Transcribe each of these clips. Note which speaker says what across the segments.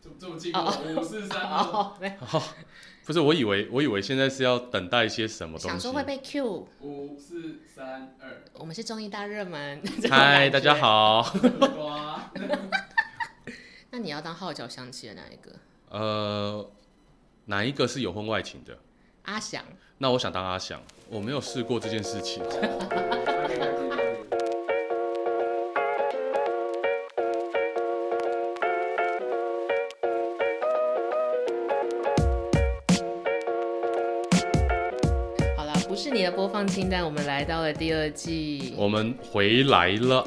Speaker 1: 这这么近我五四三二，
Speaker 2: 哦，没有
Speaker 3: 不是，我以为我以为现在是要等待一些什么东
Speaker 2: 想
Speaker 3: 西
Speaker 2: 说。会被 Q，
Speaker 1: 五四三二，
Speaker 2: 我们是综艺大热门。这种
Speaker 3: 嗨，
Speaker 2: 感
Speaker 3: 大家
Speaker 2: 觉。
Speaker 3: 好。
Speaker 1: 哇，
Speaker 2: 那你要当号角响起的那一个？
Speaker 3: 呃，哪一个是有婚外情的？
Speaker 2: 阿翔，
Speaker 3: 那我想当阿翔，我没有试过这件事 情。
Speaker 1: 可以可以可以可以
Speaker 2: 好了，不是你的播放清单，我们来到了第二季。
Speaker 3: 我们回来了，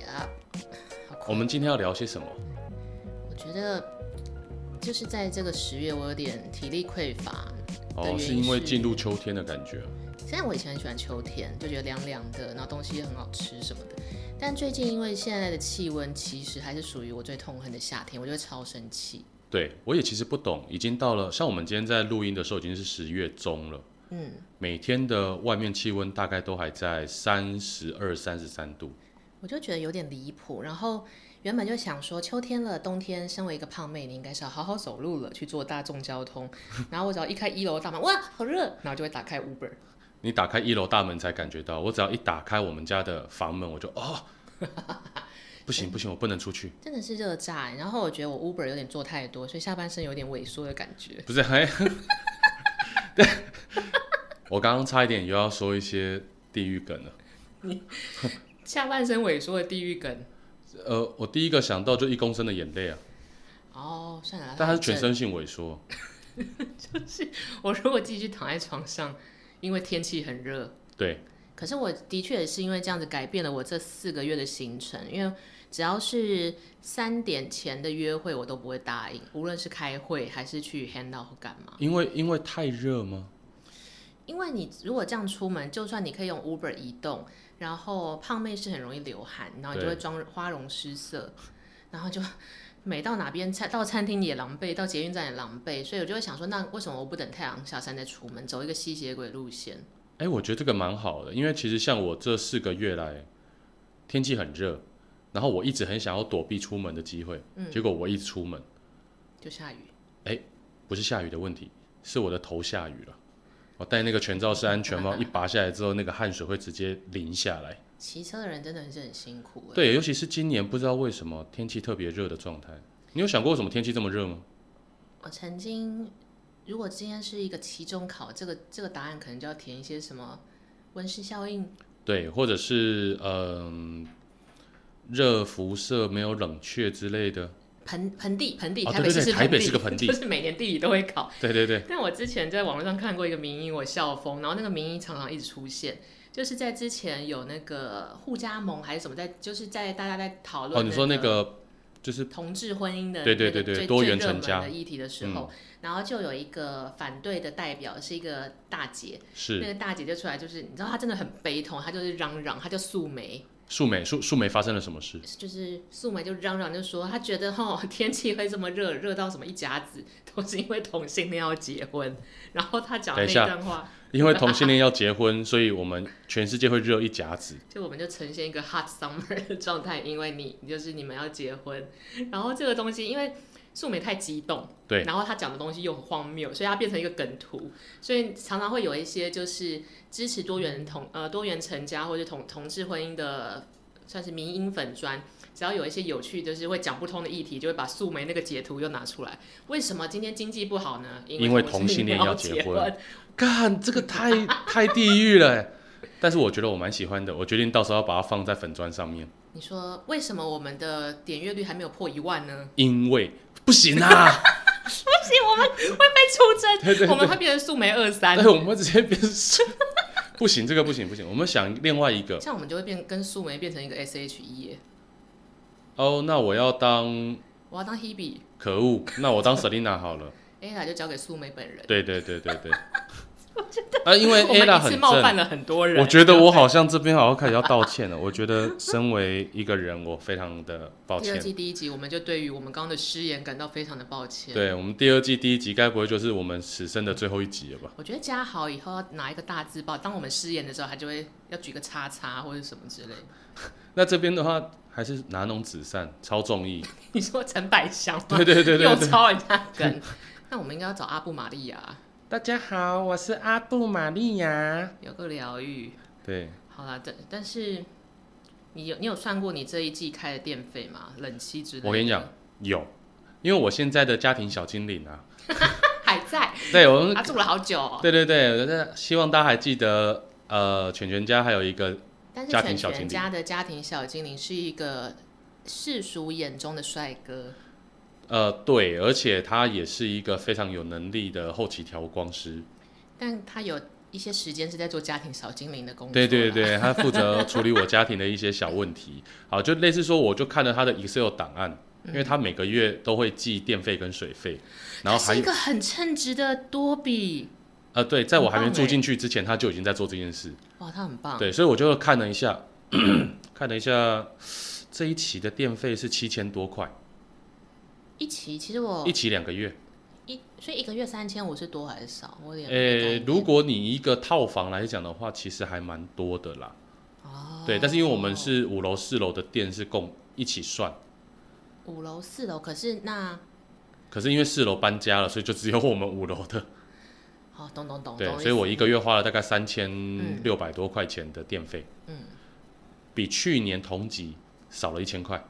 Speaker 2: 呀，好酷
Speaker 3: 我们今天要聊些什么？
Speaker 2: 我觉得就是在这个十月，我有点体力匮乏。的
Speaker 3: 哦，
Speaker 2: 原
Speaker 3: 是
Speaker 2: 因
Speaker 3: 因为
Speaker 2: 是
Speaker 3: 进入秋天的感觉。
Speaker 2: 虽然我以前很喜欢秋天，就觉得凉凉的，然后东西也很好吃什么的。但最近因为现在的气温，其实还是属于我最痛恨的夏天，我就会超生气。
Speaker 3: 对我也其实不懂，已经到了像我们今天在录音的时候已经是十月中了，
Speaker 2: 嗯，
Speaker 3: 每天的外面气温大概都还在三十二、三十三度。
Speaker 2: 我就觉得有点离谱。然后原本就想说，秋天了，冬天，身为一个胖妹，你应该是要好好走路了，去坐大众交通。然后我只要一开一楼大门，哇，好热，然后就会打开 Uber。
Speaker 3: 你打开一楼大门才感觉到，我只要一打开我们家的房门，我就哦， 不行不行，我不能出去。
Speaker 2: 真的是热炸欸、然后我觉得我 Uber 有点做太多，所以下半身有点萎缩的感觉。
Speaker 3: 不是 还，对，我刚刚差一点又要说一些地狱梗了。
Speaker 2: 下半身萎缩的地狱梗。
Speaker 3: 呃，我第一个想到就一公升的眼泪啊，
Speaker 2: 哦，算了啦，
Speaker 3: 但它是
Speaker 2: 很正
Speaker 3: 全身性萎缩。
Speaker 2: 我如果继续躺在床上，因为天气很热，
Speaker 3: 对，
Speaker 2: 可是我的确也是因为这样子改变了我这四个月的行程，因为只要是三点前的约会，我都不会答应，无论是开会还是去 hand out 或干嘛。
Speaker 3: 因为因为太热吗？
Speaker 2: 因为你如果这样出门，就算你可以用 Uber 移动，然后胖妹是很容易流汗，然后你就会妆花容失色，然后就每到哪边餐到餐厅也狼狈，到捷运站也狼狈，所以我就会想说，那为什么我不等太阳下山再出门，走一个吸血鬼路线？
Speaker 3: 哎，我觉得这个蛮好的，因为其实像我这四个月来，天气很热，然后我一直很想要躲避出门的机会，
Speaker 2: 嗯
Speaker 3: 结果我一出门，
Speaker 2: 就下雨。
Speaker 3: 不是下雨的问题，是我的头下雨了。我戴那个全罩式安全帽，一拔下来之后，那个汗水会直接淋下来。
Speaker 2: 骑车的人真的是很辛苦欸。
Speaker 3: 对，尤其是今年不知道为什么天气特别热的状态。你有想过为什么天气这么热吗？
Speaker 2: 我曾经，如果今天是一个期中考，这个这个答案可能就要填一些什么温室效应，
Speaker 3: 对，或者是嗯，热辐射没有冷却之类的。
Speaker 2: 盆盆地盆地，
Speaker 3: 哦
Speaker 2: 台
Speaker 3: 对
Speaker 2: 北市
Speaker 3: 对
Speaker 2: 是
Speaker 3: 对台北是个盆地
Speaker 2: 就是每年地理都会考。
Speaker 3: 对对对，
Speaker 2: 但我之前在网络上看过一个名医，我笑疯，然后那个名医常常一直出现，就是在之前有那个互加盟还是什么在，就是在大家在讨论、
Speaker 3: 哦，你说那个就是
Speaker 2: 同志婚姻的
Speaker 3: 对对
Speaker 2: 那个
Speaker 3: 对对
Speaker 2: 最
Speaker 3: 多元
Speaker 2: 最热门
Speaker 3: 成家嗯
Speaker 2: 的议题的时候，然后就有一个反对的代表是一个大姐，那
Speaker 3: 是
Speaker 2: 个大姐就出来，就是你知道她真的很悲痛，她就是嚷嚷，她叫素梅，
Speaker 3: 树莓，树树莓发生了什么事？
Speaker 2: 就是素梅就嚷嚷就说，她觉得哈天气会这么热，热到什么一甲子，都是因为同性恋要结婚，然后她讲的
Speaker 3: 等
Speaker 2: 那
Speaker 3: 一下
Speaker 2: 段话。
Speaker 3: 因为同性恋要结婚，所以我们全世界会热一甲子。
Speaker 2: 就我们就呈现一个 hot summer 的状态，因为你你就是你们要结婚，然后这个东西因为素美太激动，
Speaker 3: 对
Speaker 2: 然后她讲的东西又很荒谬，所以她变成一个梗图，所以常常会有一些就是支持多元同呃多元成家或者同同志婚姻的算是民音粉砖。只要有一些有趣，就是会讲不通的议题，就会把素梅那个截图又拿出来。为什么今天经济不好呢？
Speaker 3: 因为
Speaker 2: 同
Speaker 3: 同性恋
Speaker 2: 要
Speaker 3: 要结婚干，这个太太地狱了欸。但是我觉得我蛮喜欢的，我决定到时候要把它放在粉砖上面，
Speaker 2: 你说为什么我们的点阅率还没有破一万呢？
Speaker 3: 因为不行啊，
Speaker 2: 不行，我们会被出征，
Speaker 3: 对对对
Speaker 2: 我们会变成素梅二三
Speaker 3: 但。是我们会直接变成 不行，这个不行不行，我们想另外一个
Speaker 2: 像我们就会变跟素梅变成一个 S H E 耶，
Speaker 3: 哦，那我要当
Speaker 2: 我要当 Hebe，
Speaker 3: 可恶，那我当 Selina 好了，
Speaker 2: ella 就交给素梅本人。
Speaker 3: 对对对 对对，啊，因为
Speaker 2: 我们
Speaker 3: Ella
Speaker 2: 一次
Speaker 3: 很
Speaker 2: 冒犯
Speaker 3: 正。
Speaker 2: 了很多人。
Speaker 3: 我觉得我好像这边好像开始要道歉了。我觉得身为一个人，我非常的抱
Speaker 2: 第二
Speaker 3: 歉。
Speaker 2: 季第一集，我们就对于我们刚刚的失言感到非常的抱歉。，
Speaker 3: 对我们第二季第一集，该不会就是我们此生的最后一集了吧？
Speaker 2: 我觉得嘉豪以后要拿一个大字报，当我们失言的时候，他就会要举个叉叉或者什么之类的。
Speaker 3: 那这边的话，还是拿那种纸扇，超中意。
Speaker 2: 你说陈百祥吗？
Speaker 3: 对对对对
Speaker 2: 又
Speaker 3: 对。
Speaker 2: 抄人家 梗。那我们应该要找阿布玛利亚，
Speaker 3: 大家好，我是阿布玛利亚。
Speaker 2: 有个疗愈。
Speaker 3: 对，
Speaker 2: 好啦，但但是你有你有算过你这一季开的电费吗？冷气之类的？
Speaker 3: 我跟你讲，有，因为我现在的家庭小精灵啊，
Speaker 2: 还在，
Speaker 3: 对我 们
Speaker 2: 他住了好久、哦。
Speaker 3: 对对对，那希望大家还记得，呃，犬犬家还有一个
Speaker 2: 但是
Speaker 3: 家庭
Speaker 2: 全
Speaker 3: 小精
Speaker 2: 全
Speaker 3: 灵
Speaker 2: 家的家庭小精灵是一个世俗眼中的帅哥，
Speaker 3: 呃，对，而且他也是一个非常有能力的后期调光师。
Speaker 2: 但他有一些时间是在做家庭小精灵的工作。
Speaker 3: 对对，对， 他负责处理我家庭的一些小问题。好，就类似说，我就看了他的 Excel 档案，因为他每个月都会寄电费跟水费，然后
Speaker 2: 他
Speaker 3: 还
Speaker 2: 是一
Speaker 3: 有
Speaker 2: 个很称职的多比，
Speaker 3: 呃，对，在我还没
Speaker 2: 很棒
Speaker 3: 住
Speaker 2: 欸啊
Speaker 3: 进去之前，他就已经在做这件事。
Speaker 2: 哇，他很棒。
Speaker 3: 对，所以我就看了一下，看了一下这一期的电费是七千多块，
Speaker 2: 一期其实我
Speaker 3: 一期两个月。
Speaker 2: 一所以一个月三千五是多还是少？我有点没概
Speaker 3: 诶、
Speaker 2: 念
Speaker 3: 呃如果你一个套房来讲的话，其实还蛮多的啦。
Speaker 2: 哦，
Speaker 3: 对，但是因为我们是五楼、四楼的店是共一起算，
Speaker 2: 五楼四楼，可是那
Speaker 3: 可是因为四楼搬家了，所以就只有我们五楼的。
Speaker 2: 哦，懂懂懂，
Speaker 3: 对，
Speaker 2: 懂
Speaker 3: 所以我
Speaker 2: 意
Speaker 3: 一
Speaker 2: 思
Speaker 3: 个月花了大概三千六百多块钱的电费，
Speaker 2: 嗯，
Speaker 3: 比去年同级少了一千块。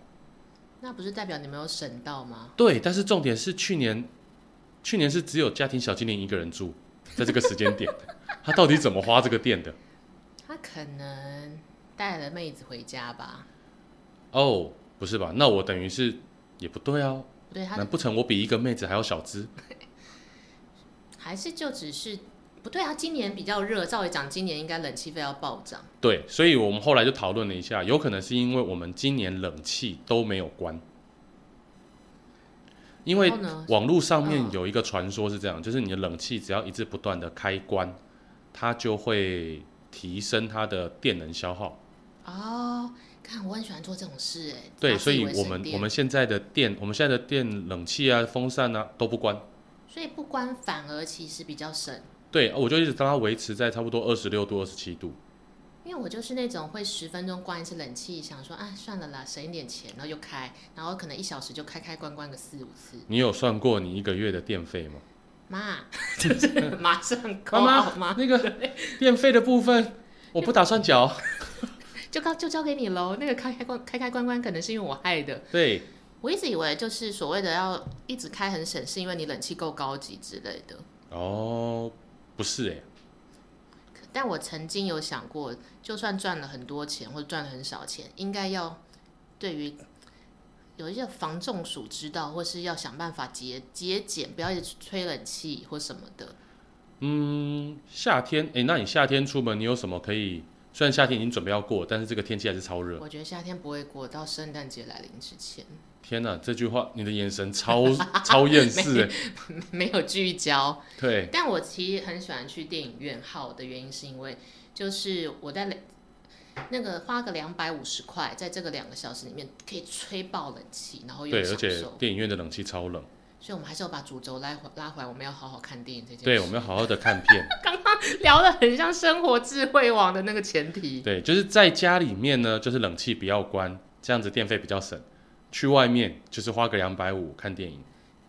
Speaker 2: 那不是代表你没有省到吗？
Speaker 3: 对，但是重点是去年，去年是只有家庭小精灵一个人住，在这个时间点，他到底怎么花这个电的？
Speaker 2: 他可能带了妹子回家吧？
Speaker 3: 哦，不是吧？那我等于是也不对啊，
Speaker 2: 不对，他
Speaker 3: 难不成我比一个妹子还要小资？
Speaker 2: 还是就只是不对，啊他今年比较热，照理讲今年应该冷气费要暴涨。
Speaker 3: 对，所以我们后来就讨论了一下，有可能是因为我们今年冷气都没有关，因为
Speaker 2: 然后呢
Speaker 3: 网络上面
Speaker 2: 嗯
Speaker 3: 有一个传说是这样，就是你的冷气只要一直不断的开关，它就会提升它的电能消耗。
Speaker 2: 哦，看我很喜欢做这种事哎。
Speaker 3: 对，
Speaker 2: 把自
Speaker 3: 所以
Speaker 2: 为
Speaker 3: 我
Speaker 2: 省
Speaker 3: 们
Speaker 2: 电
Speaker 3: 我们现在的电，我们现在的电冷气啊、风扇啊都不关。
Speaker 2: 所以不关反而其实比较省，
Speaker 3: 对，啊我就一直让它维持在差不多二十六度、二十七度。
Speaker 2: 因为我就是那种会十分钟关一次冷气，想说啊算了啦，省一点钱，然后就开，然后可能一小时就开开关关个四五次。
Speaker 3: 你有算过你一个月的电费 吗？
Speaker 2: 妈，就是马上
Speaker 3: 妈
Speaker 2: 扣哦好
Speaker 3: 妈
Speaker 2: 吗？，
Speaker 3: 那个电费的部分 我不打算缴。
Speaker 2: 就告就交给你喽。那个开开关开开关关，可能是因为我害的。
Speaker 3: 对，
Speaker 2: 我一直以为就是所谓的要一直开很省，是因为你冷气够高级之类的。
Speaker 3: 哦，不是哎、
Speaker 2: 可但我曾经有想过，就算赚了很多钱或者赚了很少钱，应该要对于有一些防中暑之道，或是要想办法节节俭，不要一直吹冷气或什么的。
Speaker 3: 嗯，夏天哎、诶那你夏天出门你有什么可以？虽然夏天已经准备要过，但是这个天气还是超热。
Speaker 2: 我觉得夏天不会过到圣诞节来临之前，
Speaker 3: 天哪，这句话你的眼神超超厌世哎、
Speaker 2: 没有聚焦。
Speaker 3: 对，
Speaker 2: 但我其实很喜欢去电影院耗的原因，是因为就是我在累那个花个两百五十块，在这个两个小时里面可以吹爆冷气，然后又
Speaker 3: 对，而
Speaker 2: 享
Speaker 3: 且
Speaker 2: 受。
Speaker 3: 电影院的冷气超冷。
Speaker 2: 所以我们还是要把主轴拉回拉回来，我们要好好看电影这件事。
Speaker 3: 对，我们要好好的看片。
Speaker 2: 聊的很像生活智慧网的那个前提。
Speaker 3: 对，就是在家里面呢，就是冷气不要关，这样子电费比较省。去外面就是花个两百五看电影。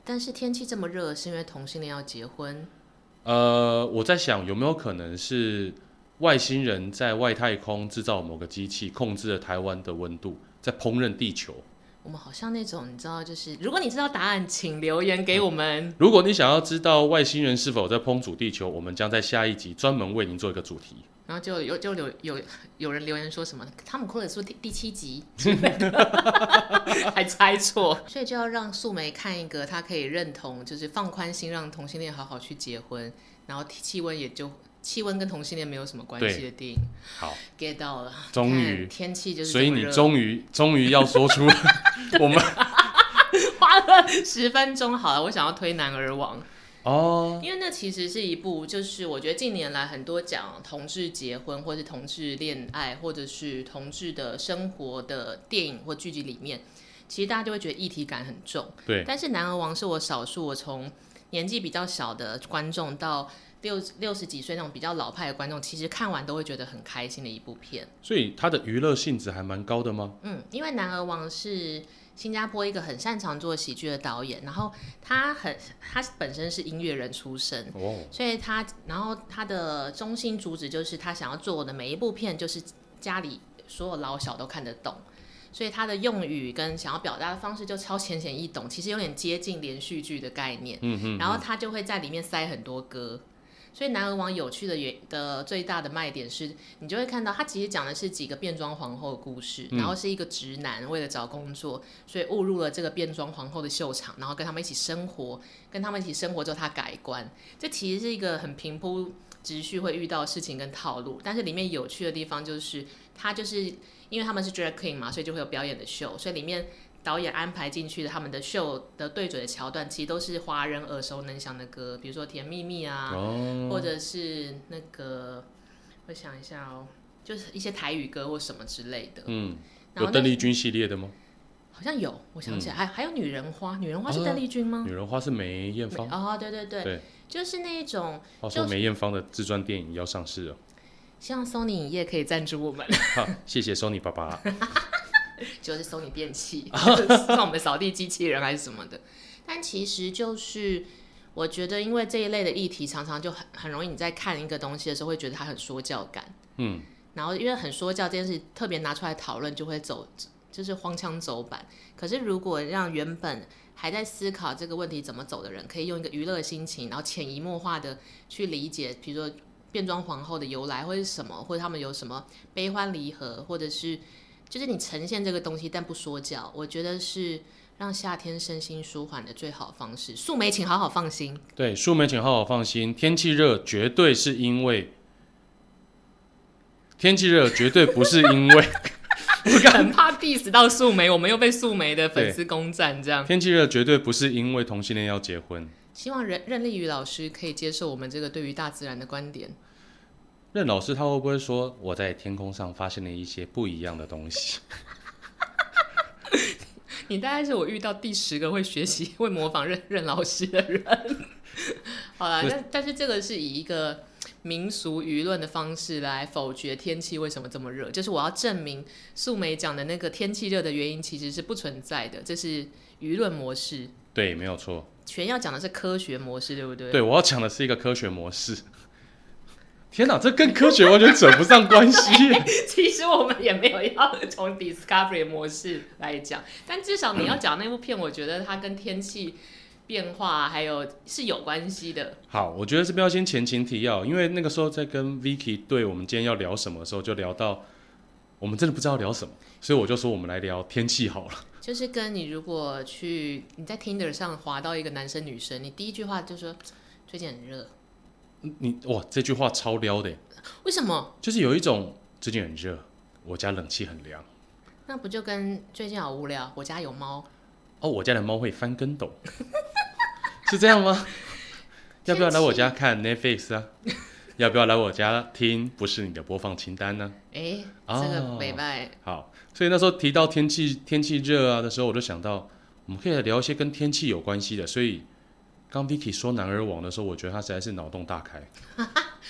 Speaker 2: 但是天气这么热，是因为同性恋要结婚，
Speaker 3: 呃，我在想有没有可能是外星人在外太空制造某个机器，控制了台湾的温度，在烹饪地球。
Speaker 2: 我们好像那种你知道，就是如果你知道答案，请留言给我们。
Speaker 3: 如果你想要知道外星人是否在烹煮地球，我们将在下一集专门为您做一个主题。
Speaker 2: 然后就有就有有有人留言说什么汤姆·克鲁斯第第七集 还猜错，所以就要让素梅看一个她可以认同，就是放宽心，让同性恋好好去结婚，然后气温也就气温跟同性恋没有什么关系的电影
Speaker 3: 好，
Speaker 2: ，get 到了，
Speaker 3: 终
Speaker 2: 哦看
Speaker 3: 于，
Speaker 2: 天气就是
Speaker 3: 所以
Speaker 2: 这么
Speaker 3: 你
Speaker 2: 热
Speaker 3: 终于 终于要说出了我们
Speaker 2: 花了十分钟好了，我想要推《男儿王》。
Speaker 3: 哦，
Speaker 2: 因为那其实是一部，就是我觉得近年来很多讲同志结婚，或是同志恋爱，或者是同志的生活的电影或剧集里面，其实大家就会觉得议题感很重。
Speaker 3: 对，
Speaker 2: 但是《男儿王》是我少数，我从年纪比较小的观众到六六十几岁那种比较老派的观众，其实看完都会觉得很开心的一部片。
Speaker 3: 所以它的娱乐性质还蛮高的吗？
Speaker 2: 嗯，因为男儿王是新加坡一个很擅长做喜剧的导演，然后他很他本身是音乐人出身，
Speaker 3: 哦，
Speaker 2: 所以他然后他的中心主旨就是他想要做的每一部片就是家里所有老小都看得懂。所以他的用语跟想要表达的方式就超浅显易懂，其实有点接近连续剧的概念。
Speaker 3: 嗯哼，
Speaker 2: 然后他就会在里面塞很多歌。所以《男儿王》有趣的原的最大的卖点是，你就会看到他其实讲的是几个变装皇后的故事，
Speaker 3: 嗯
Speaker 2: 然后是一个直男为了找工作，所以误入了这个变装皇后的秀场，然后跟他们一起生活，跟他们一起生活之后他改观，这其实是一个很平铺直叙会遇到的事情跟套路，但是里面有趣的地方就是，他就是因为他们是 drag queen 嘛，所以就会有表演的秀，所以里面。导演安排进去的他们的秀的对嘴的桥段，其实都是华人耳熟能详的歌，比如说《甜蜜蜜》啊，
Speaker 3: 哦，
Speaker 2: 或者是那个，我想一下哦，就是一些台语歌或什么之类的。
Speaker 3: 嗯，
Speaker 2: 然
Speaker 3: 有
Speaker 2: 后
Speaker 3: 邓
Speaker 2: 那
Speaker 3: 丽君系列的吗？
Speaker 2: 好像有，我想起来，还还有女人花，女人花
Speaker 3: 哦
Speaker 2: 是邓丽君吗
Speaker 3: 女？人花是梅艳
Speaker 2: 没
Speaker 3: 芳，
Speaker 2: 哦，对对对，
Speaker 3: 对
Speaker 2: 就是那一种
Speaker 3: 话
Speaker 2: 就
Speaker 3: 说
Speaker 2: 是
Speaker 3: 梅艳芳的自传电影要上市 了，
Speaker 2: 希望 Sony 影业可以赞助我们，
Speaker 3: 好，谢谢 Sony 爸爸。
Speaker 2: 就是 Sony 电器，送我们扫地机器人还是什么的。但其实就是。我觉得，因为这一类的议题，常常就很很容易，你在看一个东西的时候，会觉得它很说教感。
Speaker 3: 嗯，
Speaker 2: 然后因为很说教这件事，特别拿出来讨论，就会走就是荒腔走板。可是如果让原本还在思考这个问题怎么走的人，可以用一个娱乐心情，然后潜移默化的去理解，比如说变装皇后的由来，或是什么，或者他们有什么悲欢离合，或者是就是你呈现这个东西，但不说教，我觉得是让夏天身心舒缓的最好方式。素梅，请好好放心。
Speaker 3: 对，素梅请好好放心，天气热绝对是因为天气热绝对不是 因为
Speaker 2: 很怕 diss 到素梅，我们又被素梅的粉丝攻占这样。
Speaker 3: 天气热绝对不是因为同性恋要结婚。
Speaker 2: 希望任任立宇老师可以接受我们这个对于大自然的观点。
Speaker 3: 任老师他会不会说我在天空上发现了一些不一样的东西？
Speaker 2: 你大概是我遇到第十个会学习、 会模仿任任老师的人。 好啦，
Speaker 3: 不
Speaker 2: 但但是这个是以一个民俗舆论的方式来否决天气为什么这么热，就是我要证明素梅讲的那个天气热的原因其实是不存在的，这是舆论模式。
Speaker 3: 对，没有错。
Speaker 2: 全要讲的是科学模式，对不对？
Speaker 3: 对，我要讲的是一个科学模式。天哪，这跟科学完全扯不上关系。
Speaker 2: 其实我们也没有要从 Discovery 模式来讲，但至少你要讲那部片，我觉得它跟天气变化还有是有关系的。
Speaker 3: 好，我觉得这边要先前情提要，因为那个时候在跟 Vicky 对我们今天要聊什么的时候，就聊到我们真的不知道聊什么，所以我就说我们来聊天气好了。
Speaker 2: 就是跟你如果去你在 Tinder 上滑到一个男生女生，你第一句话就说最近很热，
Speaker 3: 你哇，这句话超撩的耶，
Speaker 2: 为什么？
Speaker 3: 就是有一种最近很热，我家冷气很凉，
Speaker 2: 那不就跟最近好无聊，我家有猫，
Speaker 3: 哦，我家的猫会翻跟斗， 是这样吗？要不要来我家看 Netflix 啊？要不要来我家听不是你的播放清单呢、
Speaker 2: 哎、
Speaker 3: 哦
Speaker 2: 这个北拜
Speaker 3: 好，所以那时候提到天气天气热啊的时候，我就想到我们可以来聊一些跟天气有关系的。所以刚 Vicky 说男儿王的时候，我觉得他实在是脑洞 大开，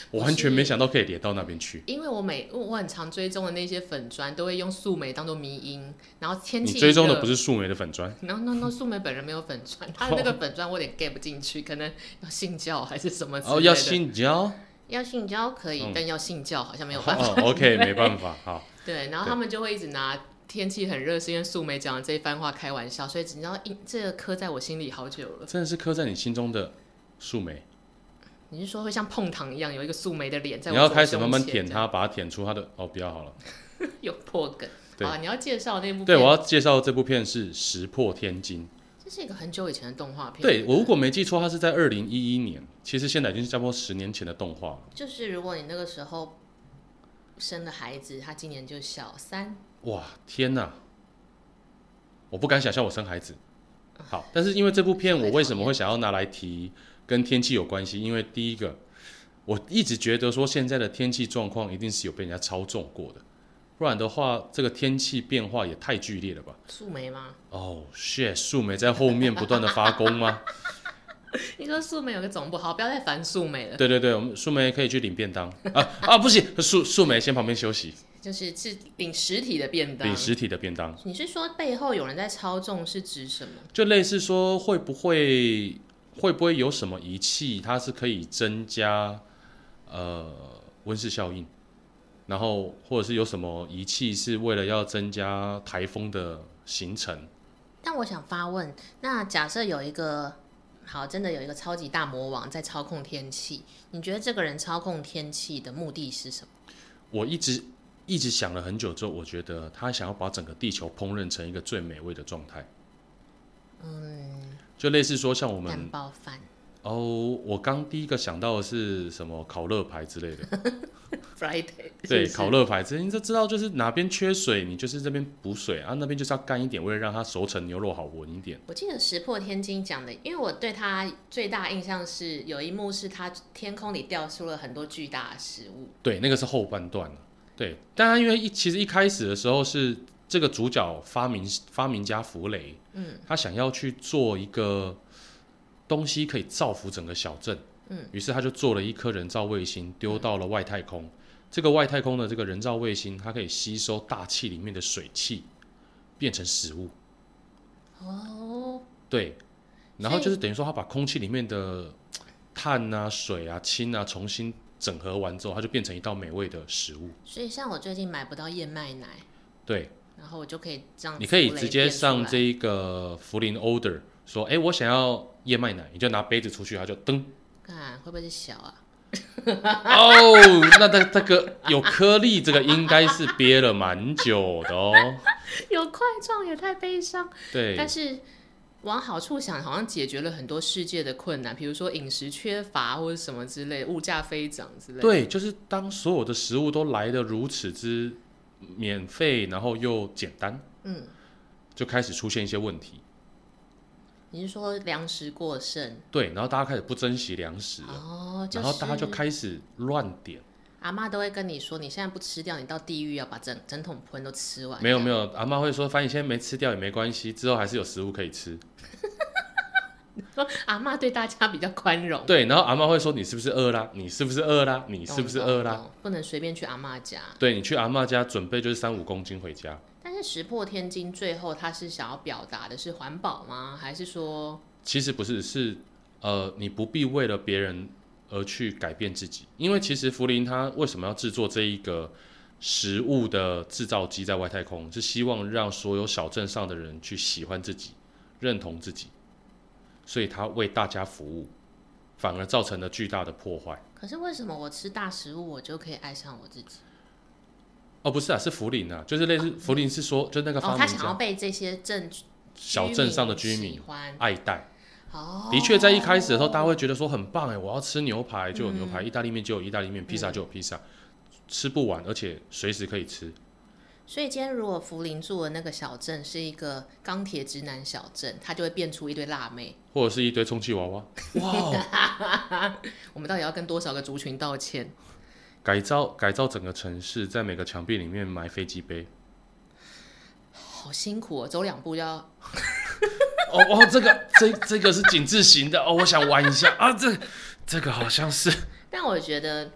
Speaker 3: 我完全没想到可以连到那边去。
Speaker 2: 因为我每我很常追踪的那些粉砖都会用素梅当做迷因，然后天
Speaker 3: 你
Speaker 2: 气
Speaker 3: 追踪
Speaker 2: 热
Speaker 3: 的不是素梅的粉砖，
Speaker 2: no no no，素梅本人没有粉钻，她的那个粉钻我有点 get 不进去，可能要信教还是什么呃之类
Speaker 3: 哦，
Speaker 2: 的。
Speaker 3: 要信教，
Speaker 2: 要信教可以，
Speaker 3: 嗯
Speaker 2: 但要信教好像没 有办法。
Speaker 3: 哦，OK，没办法，好，
Speaker 2: 对，然后他们就会一直拿天气很热是因为素梅讲的这一番话开玩笑，所以你知道印这个刻在我心里好久了。
Speaker 3: 真的是刻在你心中的素梅，
Speaker 2: 你是说会像碰糖一样有一个素梅的脸在
Speaker 3: 你
Speaker 2: 我
Speaker 3: 要
Speaker 2: 左
Speaker 3: 开始
Speaker 2: 胸
Speaker 3: 慢慢
Speaker 2: 前
Speaker 3: 舔
Speaker 2: 这样，
Speaker 3: 它，把它舔出它的哦，不要好了。
Speaker 2: 有破梗。
Speaker 3: 对
Speaker 2: 啊，你要介绍那部
Speaker 3: 对，
Speaker 2: 片
Speaker 3: 我要介绍这部片是《石破天惊》。
Speaker 2: 这是一个很久以前的动画片。
Speaker 3: 对我如果没记错，它是在二零一一年，其实现在已经是差不多十年前的动画了。
Speaker 2: 就是如果你那个时候生的孩子，他今年就小三，
Speaker 3: 哇，天哪！我不敢想象我生孩子。好，但是因为这部片，我为什么会想要拿来提跟天气有关系？因为第一个，我一直觉得说现在的天气状况一定是有被人家操纵过的，不然的话，这个天气变化也太剧烈了吧？
Speaker 2: 素梅吗？
Speaker 3: 哦、s h i t 树莓在后面不断的发功吗？
Speaker 2: 你说素梅有个总部，好，不要再烦素梅了，
Speaker 3: 对对对，我们素梅可以去领便当啊啊！不行，素素梅先旁边休息，
Speaker 2: 就是是领实体的便当
Speaker 3: 领。实体的便当，
Speaker 2: 你是说背后有人在操纵是指什么？
Speaker 3: 就类似说会不会会不会有什么仪器，它是可以增加呃温室效应，然后或者是有什么仪器是为了要增加台风的形成？
Speaker 2: 但我想发问，那假设有一个好，真的有一个超级大魔王在操控天气，你觉得这个人操控天气的目的是什么？
Speaker 3: 我一直一直想了很久之后，我觉得他想要把整个地球烹饪成一个最美味的状态，
Speaker 2: 嗯，
Speaker 3: 就类似说像我们
Speaker 2: 蛋包 饭
Speaker 3: 哦，我刚第一个想到的是什么烤乐牌之类的，
Speaker 2: ，Friday，
Speaker 3: 对，
Speaker 2: 是不是
Speaker 3: 烤乐牌之类，你就知道就是哪边缺水，你就是这边补水啊，那边就是要干一点，为了让它熟成牛肉好闻一点。
Speaker 2: 我记得石破天惊讲的，因为我对他最大印象是有一幕是他天空里掉出了很多巨大的食物，
Speaker 3: 对，那个是后半段了对，当然因为一其实一开始的时候是这个主角发明发明家弗雷，
Speaker 2: 嗯，
Speaker 3: 他想要去做一个东西可以造福整个小镇，
Speaker 2: 嗯，
Speaker 3: 于是他就做了一颗人造卫星，丢到了外太空。这个外太空的这个人造卫星，它可以吸收大气里面的水汽，变成食物。
Speaker 2: 哦，
Speaker 3: 对，然后
Speaker 2: 所以
Speaker 3: 就是等于说，它把空气里面的碳啊、水啊、氢啊重新整合完之后，它就变成一道美味的食物。
Speaker 2: 所以像我最近买不到燕麦奶，
Speaker 3: 对，
Speaker 2: 然后我就可以这样，
Speaker 3: 你可以直接上这一个福林 order，说，哎，我想要燕麦奶，你就拿杯子出去，它就噔，
Speaker 2: 看会不会是小啊？
Speaker 3: 哦，那它这个有颗粒，这个应该是憋了蛮久的哦。
Speaker 2: 有块状也太悲伤，
Speaker 3: 对
Speaker 2: 但，是往好处想，好像解决了很多世界的困难，比如说饮食缺乏或者什么之类，物价飞涨之类。，
Speaker 3: 对，就是当所有的食物都来的如此之免费，然后又简单，
Speaker 2: 嗯，
Speaker 3: 就开始出现一些问题。
Speaker 2: 你是说粮食过剩？
Speaker 3: 对，然后大家开始不珍惜粮食了，
Speaker 2: 哦，就是、
Speaker 3: 啊然后大家就开始乱点。
Speaker 2: 阿妈都会跟你说，你现在不吃掉，你到地狱要把整整桶盆都吃完。
Speaker 3: 没有没
Speaker 2: 有，
Speaker 3: 有，阿妈会说，反正你现在没吃掉也没关系，之后还是有食物可以吃。
Speaker 2: 阿妈对大家比较宽容。
Speaker 3: 对，然后阿妈会说，你是不是饿啦？你是不是饿啦？你
Speaker 2: 懂，
Speaker 3: 是不是
Speaker 2: 懂
Speaker 3: 饿啦？
Speaker 2: 懂不能随便去阿妈家。
Speaker 3: 对你去阿妈家准备就是三五公斤回家，
Speaker 2: 但是石破天惊，最后他是想要表达的是环保吗？还是说，
Speaker 3: 其实不是，是呃，你不必为了别人而去改变自己，因为其实福林他为什么要制作这一个食物的制造机在外太空，是希望让所有小镇上的人去喜欢自己、认同自己，所以他为大家服务，反而造成了巨大的破坏。
Speaker 2: 可是为什么我吃大食物，我就可以爱上我自己？
Speaker 3: 哦，不是啊，是福林啊，就是类似福林是说，就那个
Speaker 2: 哦
Speaker 3: 发，
Speaker 2: 他
Speaker 3: 明
Speaker 2: 想
Speaker 3: 家、
Speaker 2: 要被这些镇居
Speaker 3: 小镇上的居
Speaker 2: 喜
Speaker 3: 民
Speaker 2: 欢。
Speaker 3: 爱戴。
Speaker 2: 哦，
Speaker 3: 的确，在一开始的时候，大家会觉得说很棒哎，我要吃牛排就有牛排，意大利面就有意大利面，披萨就有披萨，吃不完，而且随时可以吃。
Speaker 2: 所以今天如果福林住的那个小镇是一个钢铁直男小镇，他就会变出一堆辣妹。
Speaker 3: 或者是一堆充气娃娃，哇哦！
Speaker 2: 我们到底要跟多少个族群道歉？
Speaker 3: 改造改造整个城市，在每个墙壁里面埋飞机 杯。
Speaker 2: 好辛苦哦，走两步就要
Speaker 3: 哦哦，这个这这个是紧致型的哦，我想玩一下啊，这这个好像是
Speaker 2: 但我觉得，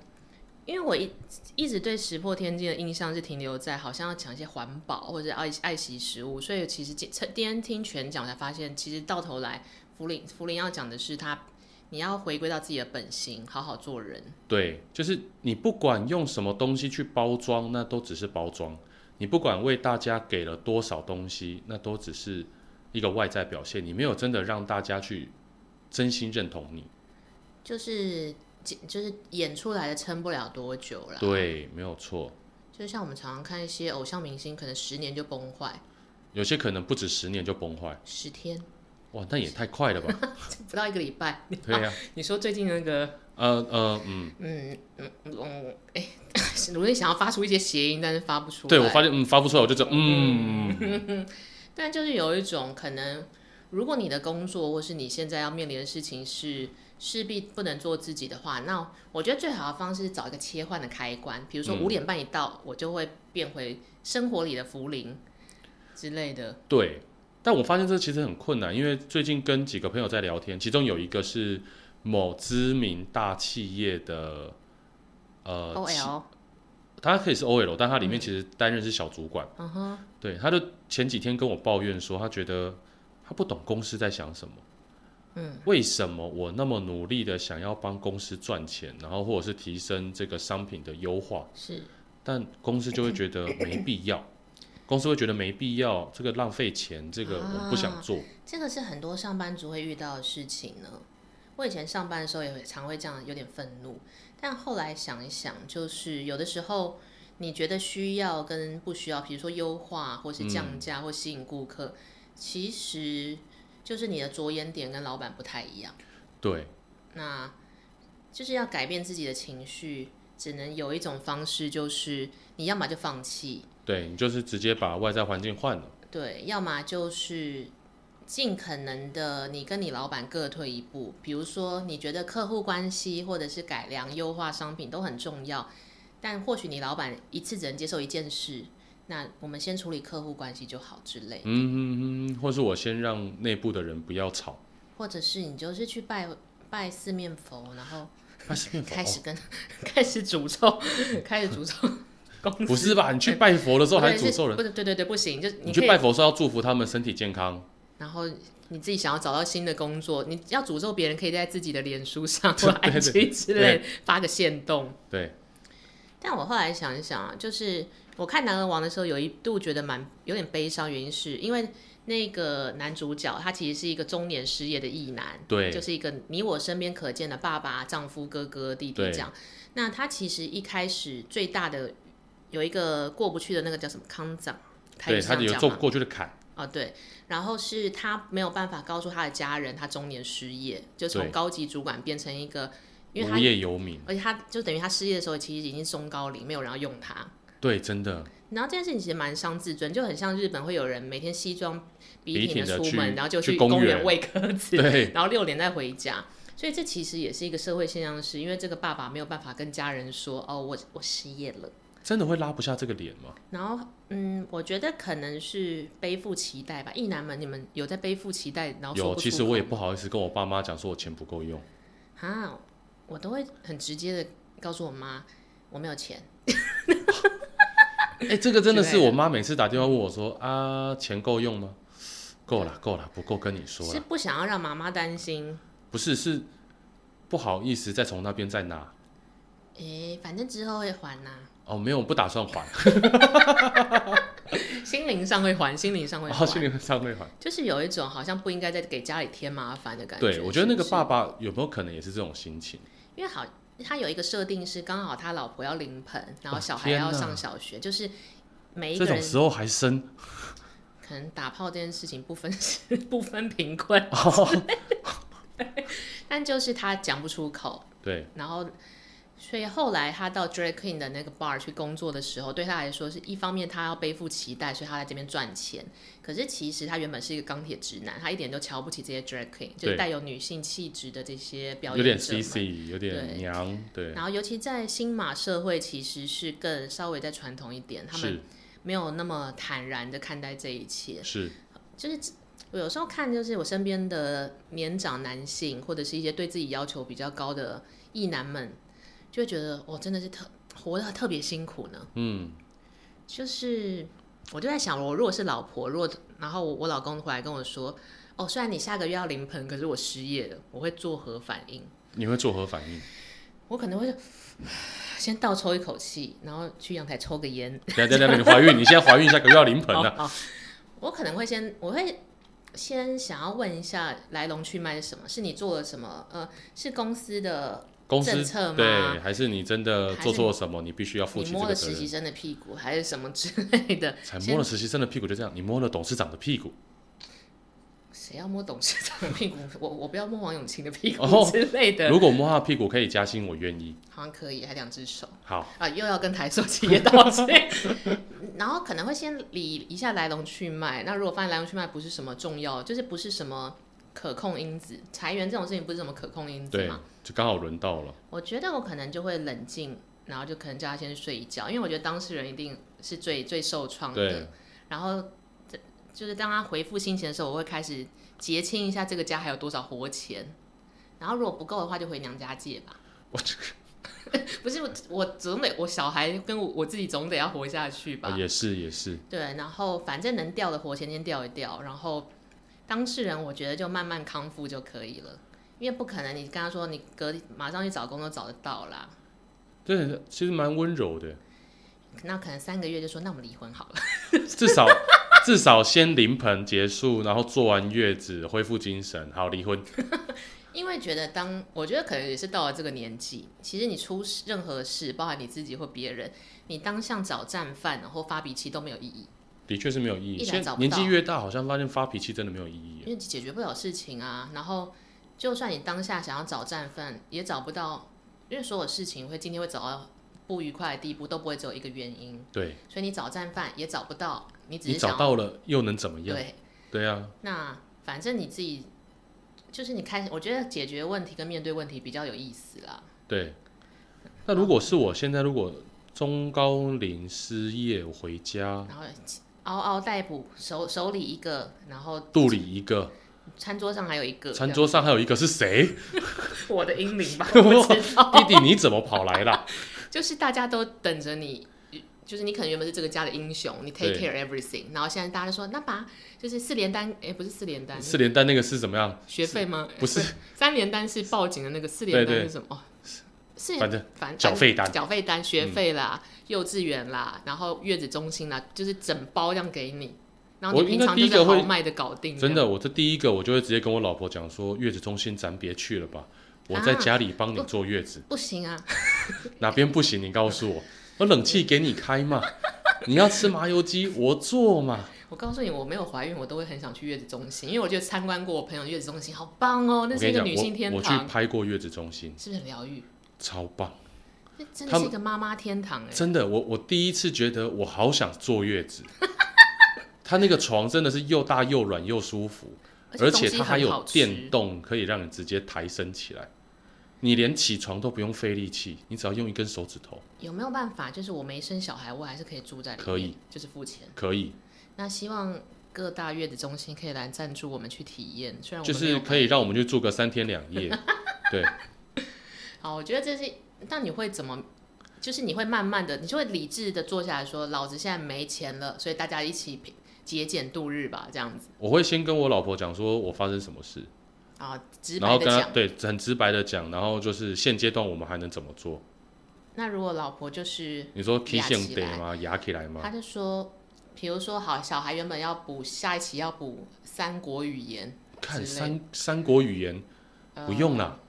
Speaker 2: 因为我一一直对石破天惊的印象是停留在好像要讲一些环保或者爱爱惜食物，所以其实今今天听全讲才发现，其实到头来福林福林要讲的是他，你要回归到自己的本心，好好做人。
Speaker 3: 对，就是你不管用什么东西去包装，那都只是包装；你不管为大家给了多少东西，那都只是一个外在表现，你没有真的让大家去真心认同你。
Speaker 2: 就是就是演出来的撑不了多久了，
Speaker 3: 对，没有错。
Speaker 2: 就像我们常常看一些偶像明星，可能十年就崩坏，
Speaker 3: 有些可能不止十年就崩坏，
Speaker 2: 十天
Speaker 3: 哇，那也太快了吧？
Speaker 2: 不到一个礼拜。
Speaker 3: 对呀、
Speaker 2: 你说最近那个，
Speaker 3: 呃呃嗯，
Speaker 2: 嗯嗯嗯，哎、 努力想要发出一些谐音，但是发不出来。
Speaker 3: 对我发现嗯发不出来，我就这嗯，
Speaker 2: 但就是有一种可能，如果你的工作或是你现在要面临的事情是势必不能做自己的话，那我觉得最好的方式是找一个切换的开关，比如说
Speaker 3: 嗯
Speaker 2: 五点半一到，我就会变回生活里的福林之类的。
Speaker 3: 对。但我发现这其实很困难，因为最近跟几个朋友在聊天，其中有一个是某知名大企业的呃
Speaker 2: ，O
Speaker 3: 企
Speaker 2: L，
Speaker 3: 他可以是 OL，但他里面其实担任是小主管。
Speaker 2: 嗯哼，
Speaker 3: 对，他就前几天跟我抱怨说，他觉得他不懂公司在想什么。
Speaker 2: 嗯，
Speaker 3: 为什么我那么努力的想要帮公司赚钱，然后或者是提升这个商品的优化，
Speaker 2: 是
Speaker 3: 但公司就 会觉得没必要，公司会觉得没必要，这个浪费钱，这个我
Speaker 2: 啊
Speaker 3: 不想做。
Speaker 2: 这个是很多上班族会遇到的事情呢。我以前上班的时候也常会这样，有点愤怒。但后来想一想，就是有的时候你觉得需要跟不需要，比如说优化或是降价或吸引顾客，其实就是你的着眼点跟老板不太一样。
Speaker 3: 对，
Speaker 2: 那就是要改变自己的情绪，只能有一种方式，就是你要么就放弃，
Speaker 3: 对你就是直接把外在环境换了。
Speaker 2: 对，要么就是尽可能的你跟你老板各退一步，比如说你觉得客户关系或者是改良优化商品都很重要，但或许你老板一次只能接受一件事，那我们先处理客户关系就好之类，
Speaker 3: 嗯，嗯嗯或是我先让内部的人不 要吵，
Speaker 2: 或者是你就是去拜拜四面佛，然后
Speaker 3: 那是面
Speaker 2: 开
Speaker 3: 佛。哦
Speaker 2: 始跟、 开始诅咒，开始诅咒公司。
Speaker 3: 不是吧？你去拜佛的时候还
Speaker 2: 对
Speaker 3: 诅咒
Speaker 2: 是？
Speaker 3: 人
Speaker 2: 不是对对对，不行，就是
Speaker 3: 你
Speaker 2: 可
Speaker 3: 去
Speaker 2: 以
Speaker 3: 拜佛说要祝福他们身体健康，
Speaker 2: 然后你自己想要找到新的工作，你要诅咒别人，可以在自己的脸书 上或 IG 之类发个限动。
Speaker 3: 对，
Speaker 2: 但我后来想一想啊，就是我看《男儿王》的时候，有一度觉得蛮有点悲伤，原因是因为那个男主角他其实是一个中年失业的役男，
Speaker 3: 对
Speaker 2: 就是一个你我身边可见的爸爸、丈夫、哥哥、弟弟
Speaker 3: 对
Speaker 2: 这样。那他其实一开始最大的有一个过不去的那个叫什么康长，台
Speaker 3: 对
Speaker 2: 语
Speaker 3: 他
Speaker 2: 上
Speaker 3: 有
Speaker 2: 讲
Speaker 3: 做
Speaker 2: 嘛
Speaker 3: 过去的坎，
Speaker 2: 哦，对，然后是他没有办法告诉他的家人，他中年失业，就从
Speaker 3: 对
Speaker 2: 高级主管变成一个，因为
Speaker 3: 无
Speaker 2: 他，
Speaker 3: 业游民，
Speaker 2: 而且他就等于他失业的时候，其实已经是中高龄，没有人要用他。
Speaker 3: 对，真的，
Speaker 2: 然后这件事情其实蛮伤自尊，就很像日本会有人每天西装笔
Speaker 3: 笔
Speaker 2: 挺
Speaker 3: 挺
Speaker 2: 的
Speaker 3: 地
Speaker 2: 出
Speaker 3: 去
Speaker 2: 门，然后就
Speaker 3: 去公
Speaker 2: 公园
Speaker 3: 园
Speaker 2: 喂鸽子，
Speaker 3: 对
Speaker 2: 然后六点再回家。所以这其实也是一个社会现象，是因为这个爸爸没有办法跟家人说，哦，我我失业了。
Speaker 3: 真的会拉不下这个脸吗？
Speaker 2: 然后，嗯，我觉得可能是背负期待吧。意男们，你们有在背负期待，然后说
Speaker 3: 有，
Speaker 2: 不
Speaker 3: 其
Speaker 2: 出
Speaker 3: 实我也
Speaker 2: 口
Speaker 3: 不好意思跟我爸妈讲，说我钱不够 用，
Speaker 2: 啊，我都会很直接的告诉我妈，我没有钱。
Speaker 3: 哎，这个真的
Speaker 2: 之
Speaker 3: 是
Speaker 2: 类的
Speaker 3: 我妈每次打电话问我说啊，钱够用吗？够了，够了，不够跟你说啊
Speaker 2: 是
Speaker 3: 了，
Speaker 2: 不想要让妈妈担心。
Speaker 3: 不是是不好意思再从那边再拿，
Speaker 2: 诶，反正之后会还呐、
Speaker 3: 哦，没有，我不打算还，
Speaker 2: 心灵上会还，心灵上会
Speaker 3: 然
Speaker 2: 还，
Speaker 3: 后哦心里会上会还。
Speaker 2: 就是有一种好像不应该再给家里添麻烦的感觉。
Speaker 3: 对，我觉得那个
Speaker 2: 是不是
Speaker 3: 爸，爸有没有可能也是这种心情？
Speaker 2: 因为好，他有一个设定是刚好他老婆要临盆，然后
Speaker 3: 哦
Speaker 2: 小孩
Speaker 3: 天
Speaker 2: 要
Speaker 3: 哪
Speaker 2: 上小学，就是每一
Speaker 3: 这
Speaker 2: 个
Speaker 3: 种
Speaker 2: 人
Speaker 3: 时候还生，
Speaker 2: 可能打炮这件事情不分 不分贫困，但就是他讲不出口，
Speaker 3: 对，
Speaker 2: 然后所以后来他到 Drag Queen 的那个 bar 去工作的时候，对他来说是一方面他要背负期待，所以他在这边赚钱，可是其实他原本是一个钢铁直男，他一点都瞧不起这些 Drag Queen，就是
Speaker 3: 对
Speaker 2: 带有女性气质的这些 表
Speaker 3: 有
Speaker 2: 演
Speaker 3: 点
Speaker 2: 者嘛
Speaker 3: CC，有
Speaker 2: 对
Speaker 3: 点娘，对，
Speaker 2: 然后尤其在新马社会，其实是更稍微再传统一点，他们
Speaker 3: 是
Speaker 2: 没有那么坦然的看待这一切。
Speaker 3: 是，
Speaker 2: 就是我有时候看，就是我身边的年长男性，或者是一些对自己要求比较高的异男们，就会觉得我真的是特活得特别辛苦呢。
Speaker 3: 嗯，
Speaker 2: 就是我就在想，我如果是老婆，如果然后我我老公回来跟我说，哦，虽然你下个月要临盆，可是我失业了，我会作何反应？
Speaker 3: 你会作何反应？
Speaker 2: 我可能会 先倒抽一口气，然后去阳台抽个烟，
Speaker 3: 等一下等一下等一下，你怀孕，你现在怀孕，下个月要临盆啊了，
Speaker 2: 好好我可能会先，我会先想要问一下来龙去脉是什么？是你做了什么？呃，是公司的
Speaker 3: 公
Speaker 2: 政
Speaker 3: 司
Speaker 2: 策吗
Speaker 3: 对，还是你真的做错了什么，你必须要负
Speaker 2: 你
Speaker 3: 起这
Speaker 2: 摸
Speaker 3: 个
Speaker 2: 了
Speaker 3: 责
Speaker 2: 实习
Speaker 3: 任。
Speaker 2: 生的屁股，还是什么之类的？
Speaker 3: 才
Speaker 2: 先
Speaker 3: 摸了实习生的屁股就这样，你摸了董事长的屁股，
Speaker 2: 谁要摸董事长的屁股？我我不要摸王永庆的屁股
Speaker 3: 哦
Speaker 2: 之类的，
Speaker 3: 如果摸他的屁股可以加薪，我愿意。
Speaker 2: 好像可以，还两只手。
Speaker 3: 好，
Speaker 2: 啊，又要跟台塑企业道歉， 然后可能会先理一下来龙去脉。那如果发现来龙去脉不是什么重要，就是不是什么可控因子，裁员这种事情不是什么可控因子
Speaker 3: 对
Speaker 2: 嘛，，
Speaker 3: 就刚好轮到了，
Speaker 2: 我觉得我可能就会冷静，然后就可能叫他先睡一觉，因为我觉得当事人一定是最最受创
Speaker 3: 对
Speaker 2: 的。然后这就是当他回复心情的时候，我会开始结清一下这个家还有多少活钱，然后如果不够的话就回娘家借吧。
Speaker 3: 我这
Speaker 2: 不是我，我总得我小孩跟我我自己总得要活下去吧
Speaker 3: 啊。也是也是，
Speaker 2: 对，然后反正能掉的活钱先掉一掉，然后当事人我觉得就慢慢康复就可以了，因为不可能你跟他说你隔马上去找工作找得到啦，
Speaker 3: 对，其实蛮温柔的，
Speaker 2: 那可能三个月就说那我们离婚好了，
Speaker 3: 至少 至少先临盆结束，然后做完月子恢复精神，好离婚。
Speaker 2: 因为觉得当我觉得可能也是到了这个年纪，其实你出事任何事，包含你自己或别人，你当像找战犯然后发脾气都没有意义，
Speaker 3: 的确是没有意义。
Speaker 2: 一来
Speaker 3: 现
Speaker 2: 找
Speaker 3: 在
Speaker 2: 不
Speaker 3: 年纪
Speaker 2: 到
Speaker 3: 越大，好像发现发脾气真的没有意义
Speaker 2: 因。为解决不了事情啊。然后就算你当下想要找战犯，也找不到，因为所有事情会今天会走到不愉快的地步，都不会只有一个原因。
Speaker 3: 对
Speaker 2: 所以你找战犯也找不到，你只
Speaker 3: 你
Speaker 2: 是想
Speaker 3: 找到了又能怎么样？
Speaker 2: 对，
Speaker 3: 对啊，
Speaker 2: 那反正你自己就是你开，我觉得解决问题跟面对问题比较有意思啦。
Speaker 3: 对。那如果是我现在如果中高龄失业我回家，
Speaker 2: 然后嗷嗷待哺，手手里一个，然后
Speaker 3: 肚里一个，
Speaker 2: 餐桌上还有一个，
Speaker 3: 餐桌上还有一个 是谁？
Speaker 2: 这样我的英灵 吧，我不知道，
Speaker 3: 弟弟你怎么跑来啦？
Speaker 2: 就是大家都等着你。就是你可能原本是这个家的英雄，你 take
Speaker 3: 对
Speaker 2: care everything，然后现在大家就说那把就是四连单，哎，不是四连单，
Speaker 3: 四连单那个是怎么样？
Speaker 2: 学费吗？
Speaker 3: 不是，
Speaker 2: 三连单是报警的那个，四连单
Speaker 3: 对对
Speaker 2: 是什么？哦四
Speaker 3: 反正
Speaker 2: 反
Speaker 3: 缴费单嗯
Speaker 2: 缴费单、学费啦、幼稚园啦，然后月子中心啦，就是整包这样给你。然后
Speaker 3: 我
Speaker 2: 你平
Speaker 3: 应该
Speaker 2: 常
Speaker 3: 第一
Speaker 2: 就
Speaker 3: 个
Speaker 2: 是
Speaker 3: 会
Speaker 2: 豪迈的搞定，
Speaker 3: 真的，我这第一个我就会直接跟我老婆讲说，月子中心咱别去了吧，啊我在家里帮你坐月子，
Speaker 2: 不行啊！
Speaker 3: 哪边不行你告诉我，我冷气给你开嘛， 你要吃麻油鸡我做嘛，
Speaker 2: 我告诉你，我没有怀孕，我都会很想去月子中心，因为我觉得参观过我朋友的月子中心，好棒哦，那
Speaker 3: 我
Speaker 2: 是一
Speaker 3: 跟你
Speaker 2: 个
Speaker 3: 讲，
Speaker 2: 女性天
Speaker 3: 我我去
Speaker 2: 堂，
Speaker 3: 拍过月子中心，
Speaker 2: 是不是很疗愈？
Speaker 3: 超棒，
Speaker 2: 这真的
Speaker 3: 他
Speaker 2: 是
Speaker 3: 们
Speaker 2: 一个妈妈天堂哎、
Speaker 3: 真的，我我第一次觉得我好想坐月 子，它那个床真的是又大又软又舒服，而且
Speaker 2: 东西
Speaker 3: 它还
Speaker 2: 很
Speaker 3: 有
Speaker 2: 好吃
Speaker 3: 电动，可以让你直接抬升起来，嗯你连起床都不用费力气，你只要用一根手指头
Speaker 2: 有没有办法？就是我没生小孩，我还是可以住在里面，
Speaker 3: 可以，
Speaker 2: 就是付钱。
Speaker 3: 可以。
Speaker 2: 那希望各大月子中心可以来赞助我们去体验，虽然我
Speaker 3: 就
Speaker 2: 们没有
Speaker 3: 是可以让我们去住个三天两 夜，对，
Speaker 2: 好，我觉得这是，那你会怎么？就是你会慢慢的，你就会理智的坐下来说，老子现在没钱了，所以大家一起平节俭度日吧，这样子
Speaker 3: 我会先跟我老婆讲说我发生什么事，
Speaker 2: 啊，直
Speaker 3: 然
Speaker 2: 白
Speaker 3: 后
Speaker 2: 的
Speaker 3: 跟她
Speaker 2: 讲。
Speaker 3: 对很直白的讲，然后就是现阶段我们还能怎么做？
Speaker 2: 那如果老婆就是，
Speaker 3: 你说
Speaker 2: 压
Speaker 3: K 线
Speaker 2: 起
Speaker 3: 得
Speaker 2: 来
Speaker 3: 吗？压起来
Speaker 2: 她
Speaker 3: 吗？
Speaker 2: 就说，比如说好，小孩原本要补下一期要补三国语言，
Speaker 3: 看
Speaker 2: 之类
Speaker 3: 三三国语言
Speaker 2: 呃
Speaker 3: 不用啦，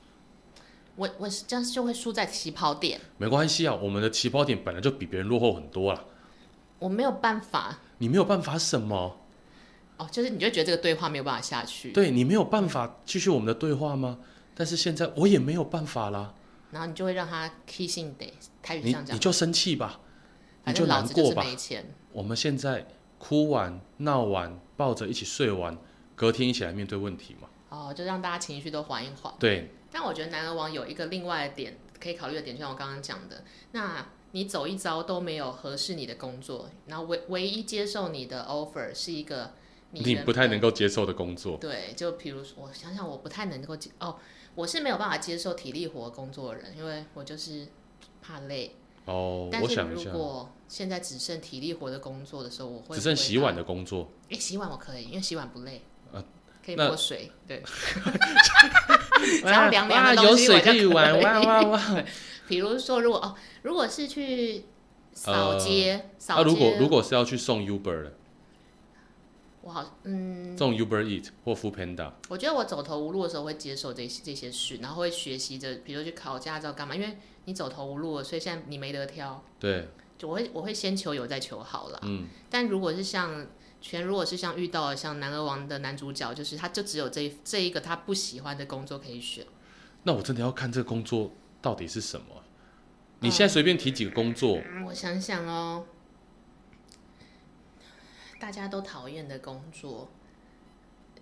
Speaker 2: 我我是这样就会输在起跑点，
Speaker 3: 没关系啊，我们的起跑点本来就比别人落后很多啦，
Speaker 2: 我没有办法
Speaker 3: 你没有办法什么？
Speaker 2: 哦，就是你就会觉得这个对话没有办法下去，
Speaker 3: 对你没有办法继续我们的对话吗？但是现在我也没有办法啦，
Speaker 2: 然后你就会让他 kissing day，台语
Speaker 3: 你
Speaker 2: 上讲
Speaker 3: 你，就生气吧，你
Speaker 2: 反
Speaker 3: 就
Speaker 2: 正老
Speaker 3: 难
Speaker 2: 子就
Speaker 3: 过
Speaker 2: 是
Speaker 3: 吧。
Speaker 2: 没钱。
Speaker 3: 我们现在哭完、闹完、抱着一起睡完，隔天一起来面对问题嘛？
Speaker 2: 哦，就让大家情绪都缓一缓。
Speaker 3: 对，
Speaker 2: 但我觉得男儿王有一个另外的点可以考虑的点，就像我刚刚讲的，那你走一遭都没有合适你的工作，然后唯唯一接受你的 offer 是一个你
Speaker 3: 你
Speaker 2: 原
Speaker 3: 不太
Speaker 2: 本
Speaker 3: 能够接受的工作，
Speaker 2: 对，就比如说我想想，我不太能够接哦，我是没有办法接受体力活工作的人，因为我就是怕累。
Speaker 3: 哦，
Speaker 2: 但
Speaker 3: 我
Speaker 2: 是
Speaker 3: 想一
Speaker 2: 如
Speaker 3: 下，
Speaker 2: 果现在只剩体力活的工作的时候，我会
Speaker 3: 只剩
Speaker 2: 不会
Speaker 3: 洗
Speaker 2: 怕
Speaker 3: 碗的工作，
Speaker 2: 诶，洗碗我可以，因为洗碗不累，
Speaker 3: 呃
Speaker 2: 可以
Speaker 3: 那
Speaker 2: 泼水，对。只要凉凉的
Speaker 3: 哇
Speaker 2: 东
Speaker 3: 有
Speaker 2: 西
Speaker 3: 水
Speaker 2: 我就
Speaker 3: 可以玩，
Speaker 2: 可以
Speaker 3: 哇哇 哇！
Speaker 2: 比如说，如果哦，如果是去扫街，扫、街，
Speaker 3: 那呃啊如果如果是要去送 Uber 的，
Speaker 2: 我好，嗯，
Speaker 3: 送 Uber Eat 或 Food Panda，
Speaker 2: 我觉得我走投无路的时候会接受这些这些事，然后会学习着，比如去考驾照干嘛，因为你走投无路了，所以现在你没得挑，
Speaker 3: 对，
Speaker 2: 就我会我会先求有再求好啦。
Speaker 3: 嗯，
Speaker 2: 但如果是像全，如果是像遇到了像《男儿王》的男主角，就是他就只有这一这一个他不喜欢的工作可以选。
Speaker 3: 那我真的要看这个工作到底是什么。你现在随便提几个工作，
Speaker 2: 嗯我想想哦，大家都讨厌的工作，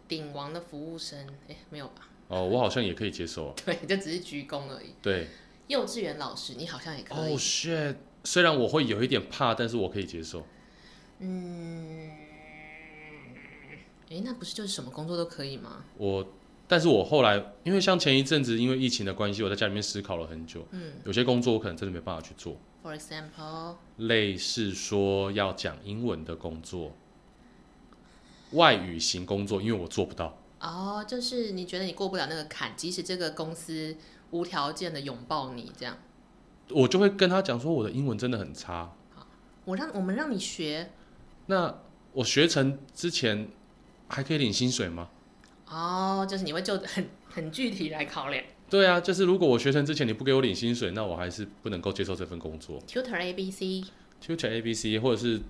Speaker 2: 顶王的服务生，哎，没有吧？
Speaker 3: 哦，我好像也可以接受啊。
Speaker 2: 对，就只是鞠躬而已。
Speaker 3: 对，
Speaker 2: 幼稚园老师，你好像也
Speaker 3: 哦
Speaker 2: 可以。
Speaker 3: shit，虽然我会有一点怕，但是我可以接受。
Speaker 2: 嗯，哎，那不是就是什么工作都可以吗？
Speaker 3: 我，但是我后来，因为像前一阵子因为疫情的关系，我在家里面思考了很久，
Speaker 2: 嗯
Speaker 3: 有些工作我可能真的没办法去做，
Speaker 2: ，For example，
Speaker 3: 类似说要讲英文的工作，外语型工作，因为我做不到。
Speaker 2: 哦，就是你觉得你过不了那个坎，即使这个公司无条件的拥抱你，这样，
Speaker 3: 我就会跟他讲说我的英文真的很差。
Speaker 2: 我让我们让你学
Speaker 3: 那我学成之前还可以领薪水吗？
Speaker 2: 哦，就是你会就很很具体来考量。
Speaker 3: 对啊，就是如果我学成之前你不给我领薪水，那我还是不能够接受这份工作。
Speaker 2: Tutor A B C，
Speaker 3: Tutor A B C 或者是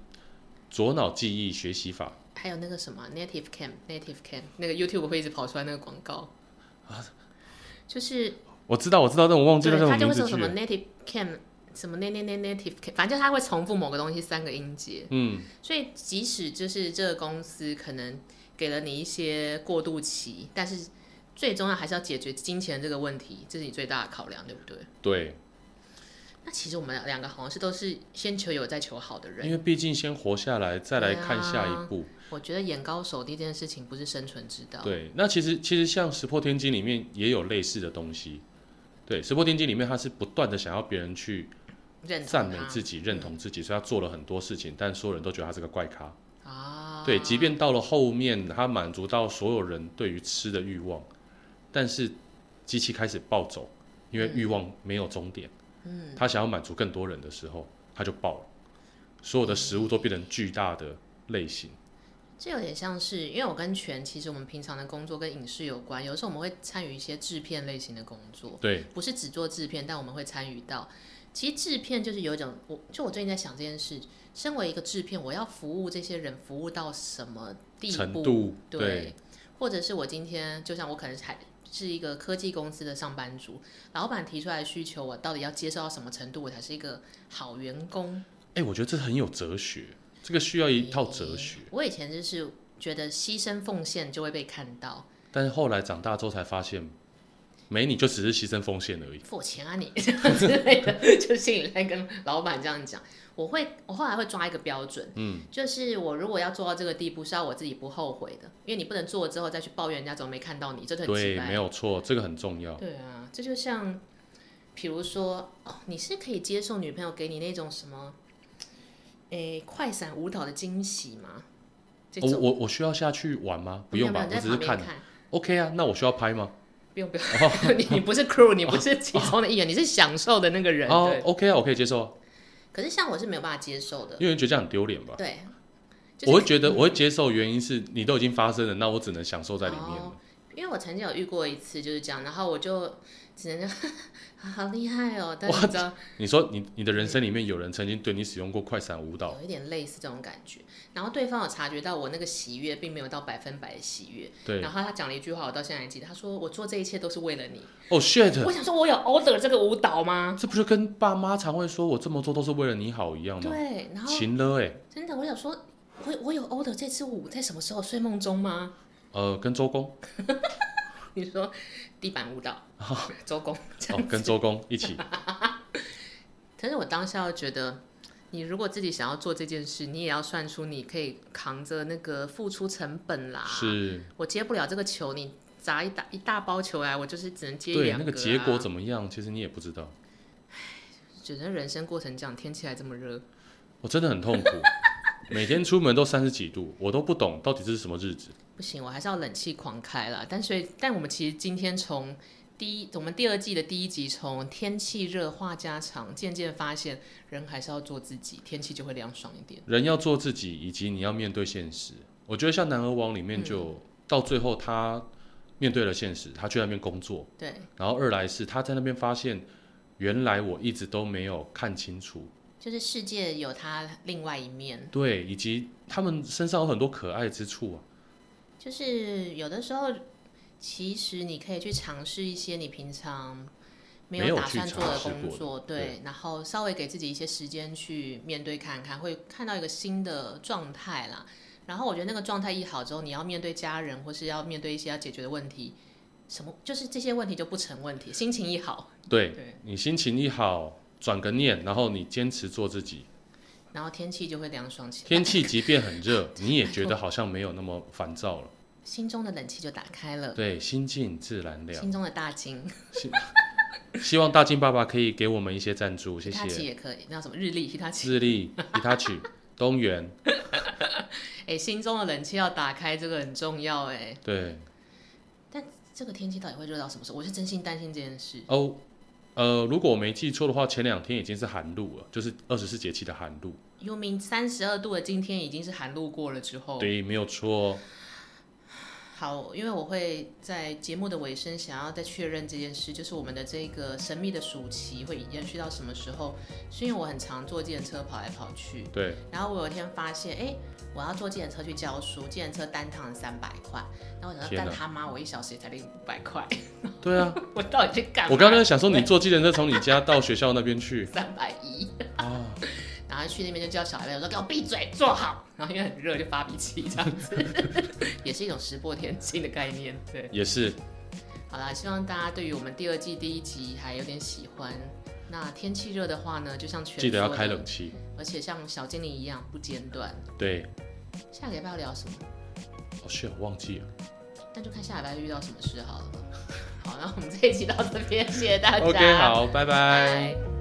Speaker 3: 左脑记忆学习法，
Speaker 2: 还有那个什么 Native Cam Native Cam，那个 YouTube 会一直跑出来那个广告就是
Speaker 3: 我知道我知道，但我啊忘记了
Speaker 2: 对
Speaker 3: 那
Speaker 2: 他
Speaker 3: 种
Speaker 2: 就
Speaker 3: 名
Speaker 2: 会说
Speaker 3: 字去
Speaker 2: 什么
Speaker 3: 了。
Speaker 2: Native Cam 什么 Na Na Na Native Cam，反正他会重复某个东西三个音节。
Speaker 3: 嗯，
Speaker 2: 所以即使就是这个公司可能给了你一些过渡期，但是最重要还是要解决金钱这个问题，这是你最大的考量，对不对？
Speaker 3: 对，
Speaker 2: 那其实我们两个好像是都是先求有再求好的
Speaker 3: 因
Speaker 2: 人。
Speaker 3: 为毕竟先活下来，再来看下一步。
Speaker 2: 我觉得眼高手低这件事情不是生存之道。
Speaker 3: 对，那其实其实像《石破天惊》里面也有类似的东西。对，《石破天惊》里面他是不断的想要别人去
Speaker 2: 认同
Speaker 3: 赞美
Speaker 2: 他
Speaker 3: 自己、认同自己，所以他做了很多事情，但所有人都觉得他是个怪咖。
Speaker 2: 啊，
Speaker 3: 对，即便到了后面，他满足到所有人对于吃的欲望，但是机器开始暴走，因为欲望没有终点。
Speaker 2: 嗯，
Speaker 3: 他想要满足更多人的时候，他就爆了，所有的食物都变成巨大的类型。
Speaker 2: 这有点像是，因为我跟全，其实我们平常的工作跟影视有关，有时候我们会参与一些制片类型的工作。
Speaker 3: 对，
Speaker 2: 不是只做制片，但我们会参与到。其实制片就是有一种，我就我最近在想这件事，身为一个制片，我要服务这些人，服务到什么地
Speaker 3: 程
Speaker 2: 步？
Speaker 3: 度
Speaker 2: 对，或者是我今天，就像我可能还是一个科技公司的上班族，老板提出来的需求，我到底要接受到什么程度，我才是一个好员工？
Speaker 3: 哎、我觉得这很有哲学，这个需要一套哲学。
Speaker 2: 我以前就是觉得牺牲奉献就会被看到，
Speaker 3: 但是后来长大之后才发现，没你就只是牺牲风险而已。
Speaker 2: 付我钱啊你 这样之类的，就心里在跟老板这样讲。我会，我后来会抓一个标准，
Speaker 3: 嗯，
Speaker 2: 就是我如果要做到这个地步，是要我自己不后悔的，因为你不能做了之后再去抱怨人家怎么没看到你，这就很奇
Speaker 3: 对，
Speaker 2: 怪。
Speaker 3: 没有错，这个很重要。哦
Speaker 2: 对啊，这就像，比如说哦，你是可以接受女朋友给你那种什么，诶，快闪舞蹈的惊喜吗？这
Speaker 3: 我
Speaker 2: 种、哦
Speaker 3: 我我需要下去玩吗？不
Speaker 2: 没有
Speaker 3: 用吧，
Speaker 2: 没有
Speaker 3: 哦我
Speaker 2: 你
Speaker 3: 只
Speaker 2: 在
Speaker 3: 是
Speaker 2: 旁边
Speaker 3: 看。OK 哦啊，那我需要拍吗？
Speaker 2: 不用不用， 你你不是 crew，你不是其中的一员，你是享受的那个人。
Speaker 3: 哦
Speaker 2: 对，
Speaker 3: ，OK 啊，我可以接受啊，
Speaker 2: 可是像我是没有办法接受的，
Speaker 3: 因为觉得这样很丢脸吧。
Speaker 2: 对。就是
Speaker 3: 我会觉得我会接受，原因是你都已经发生了，那我只能享受在里面
Speaker 2: 哦
Speaker 3: 了。
Speaker 2: 因为我曾经有遇过一次就是这样，然后我就只能就 好厉害哦，但是
Speaker 3: What？
Speaker 2: 你知道
Speaker 3: 你说你你的人生里面有人曾经对你使用过快闪舞蹈，
Speaker 2: 有一点类似这种感觉。然后对方有察觉到我那个喜悦并没有到百分百的喜悦，
Speaker 3: 对，
Speaker 2: 然后他讲了一句话，我到现在还记得，他说我做这一切都是为了你。
Speaker 3: 哦 shit，
Speaker 2: 我想说，我有 order 这个舞蹈吗？
Speaker 3: 这不就跟爸妈常会说我这么做都是为了你好一样吗？
Speaker 2: 对，啊然后
Speaker 3: 情了哎、
Speaker 2: 真的我想说，我我有 order 这支舞在什么时候睡梦中吗？
Speaker 3: 呃，跟周公
Speaker 2: 你说地板舞蹈，周公这
Speaker 3: 哦
Speaker 2: 样，
Speaker 3: 跟周公一起，
Speaker 2: 可是我当下又觉得，你如果自己想要做这件事，你也要算出你可以扛着那个付出成本啦。，
Speaker 3: 是
Speaker 2: 我接不了这个球，你砸一大一大包球来，我就是只能接一
Speaker 3: 对
Speaker 2: 两
Speaker 3: 那
Speaker 2: 个、啊
Speaker 3: 个结果怎么样，其实你也不知道。
Speaker 2: 只能人生过程这样，天气还这么热，
Speaker 3: 我真的很痛苦， 每天出门都三十几度，我都不懂到底这是什么日子。
Speaker 2: 不行，我还是要冷气狂开啦。但所以，但我们其实今天从第一，我们第二季的第一集从天气热话家常，渐渐发现人还是要做自己，天气就会凉爽一点。
Speaker 3: 人要做自己，以及你要面对现实。我觉得像《男儿王》里面就、到最后，他面对了现实，他去那边工作，
Speaker 2: 对，
Speaker 3: 然后二来是他在那边发现，原来我一直都没有看清楚，
Speaker 2: 就是世界有它另外一面。
Speaker 3: 对，以及他们身上有很多可爱之处啊。
Speaker 2: 就是有的时候，其实你可以去尝试一些你平常没
Speaker 3: 没有
Speaker 2: 有打
Speaker 3: 去
Speaker 2: 算做的
Speaker 3: 尝试
Speaker 2: 工
Speaker 3: 过
Speaker 2: 作，对，然后稍微给自己一些时间去面对看看，会看到一个新的状态啦。然后我觉得那个状态一好之后，你要面对家人或是要面对一些要解决的问题，什么就是这些问题就不成问题，心情一好，
Speaker 3: 对
Speaker 2: 对，
Speaker 3: 你心情一好，转个念，然后你坚持做自己，
Speaker 2: 然后天气就会凉爽起来。
Speaker 3: 天气即便很热，你也觉得好像没有那么烦躁了。
Speaker 2: 心中的冷气就打开了，
Speaker 3: 对，心静自然凉。
Speaker 2: 心中的大金，
Speaker 3: 希望大金爸爸可以给我们一些赞助，谢
Speaker 2: 他奇
Speaker 3: 谢。
Speaker 2: 也可以，那什么日历，他奇，
Speaker 3: 智利、i t a c 东元，
Speaker 2: 哎，心中的冷气要打开，这个很重要哎。
Speaker 3: 对
Speaker 2: 但这个天气到底会热到什么时候？我是真心担心这件事。
Speaker 3: 哦，呃，如果我没记错的话，前两天已经是寒露了，就是二十四节气的寒露。
Speaker 2: 幽冥三十二度的今天已经是寒露过了之后，
Speaker 3: 对，没有错。哦
Speaker 2: 好，因为我会在节目的尾声想要再确认这件事，就是我们的这个神秘的暑期会延续到什么时候？是因为我很常坐电车跑来跑去，
Speaker 3: 对，
Speaker 2: 然后我有一天发现，哎，我要坐计程车去教书，计程车单趟三百块，然后我想说，
Speaker 3: 天哪
Speaker 2: 但他妈我一小时也才领五百块，
Speaker 3: 对啊，
Speaker 2: 我到底去干嘛？
Speaker 3: 我刚刚在想说，你坐计程车从你家到学校那边去
Speaker 2: 三百一，
Speaker 3: 啊，
Speaker 2: 然后去那边就叫小孩们我说给我闭嘴，坐好，然后因为很热就发脾气这样子， 也是一种石破天惊的概念，对。
Speaker 3: 也是
Speaker 2: 好啦，希望大家对于我们第二季第一集还有点喜欢。那天气热的话呢，就像全
Speaker 3: 记得要开冷，气。
Speaker 2: 而且像小精灵一样不间断。
Speaker 3: 对，
Speaker 2: 下个礼拜要聊什么？
Speaker 3: 哦，是我忘记了。
Speaker 2: 那就看下礼拜遇到什么事好了。好，那我们这一集到这边，谢谢大家。
Speaker 3: OK，好，拜拜。
Speaker 2: 拜。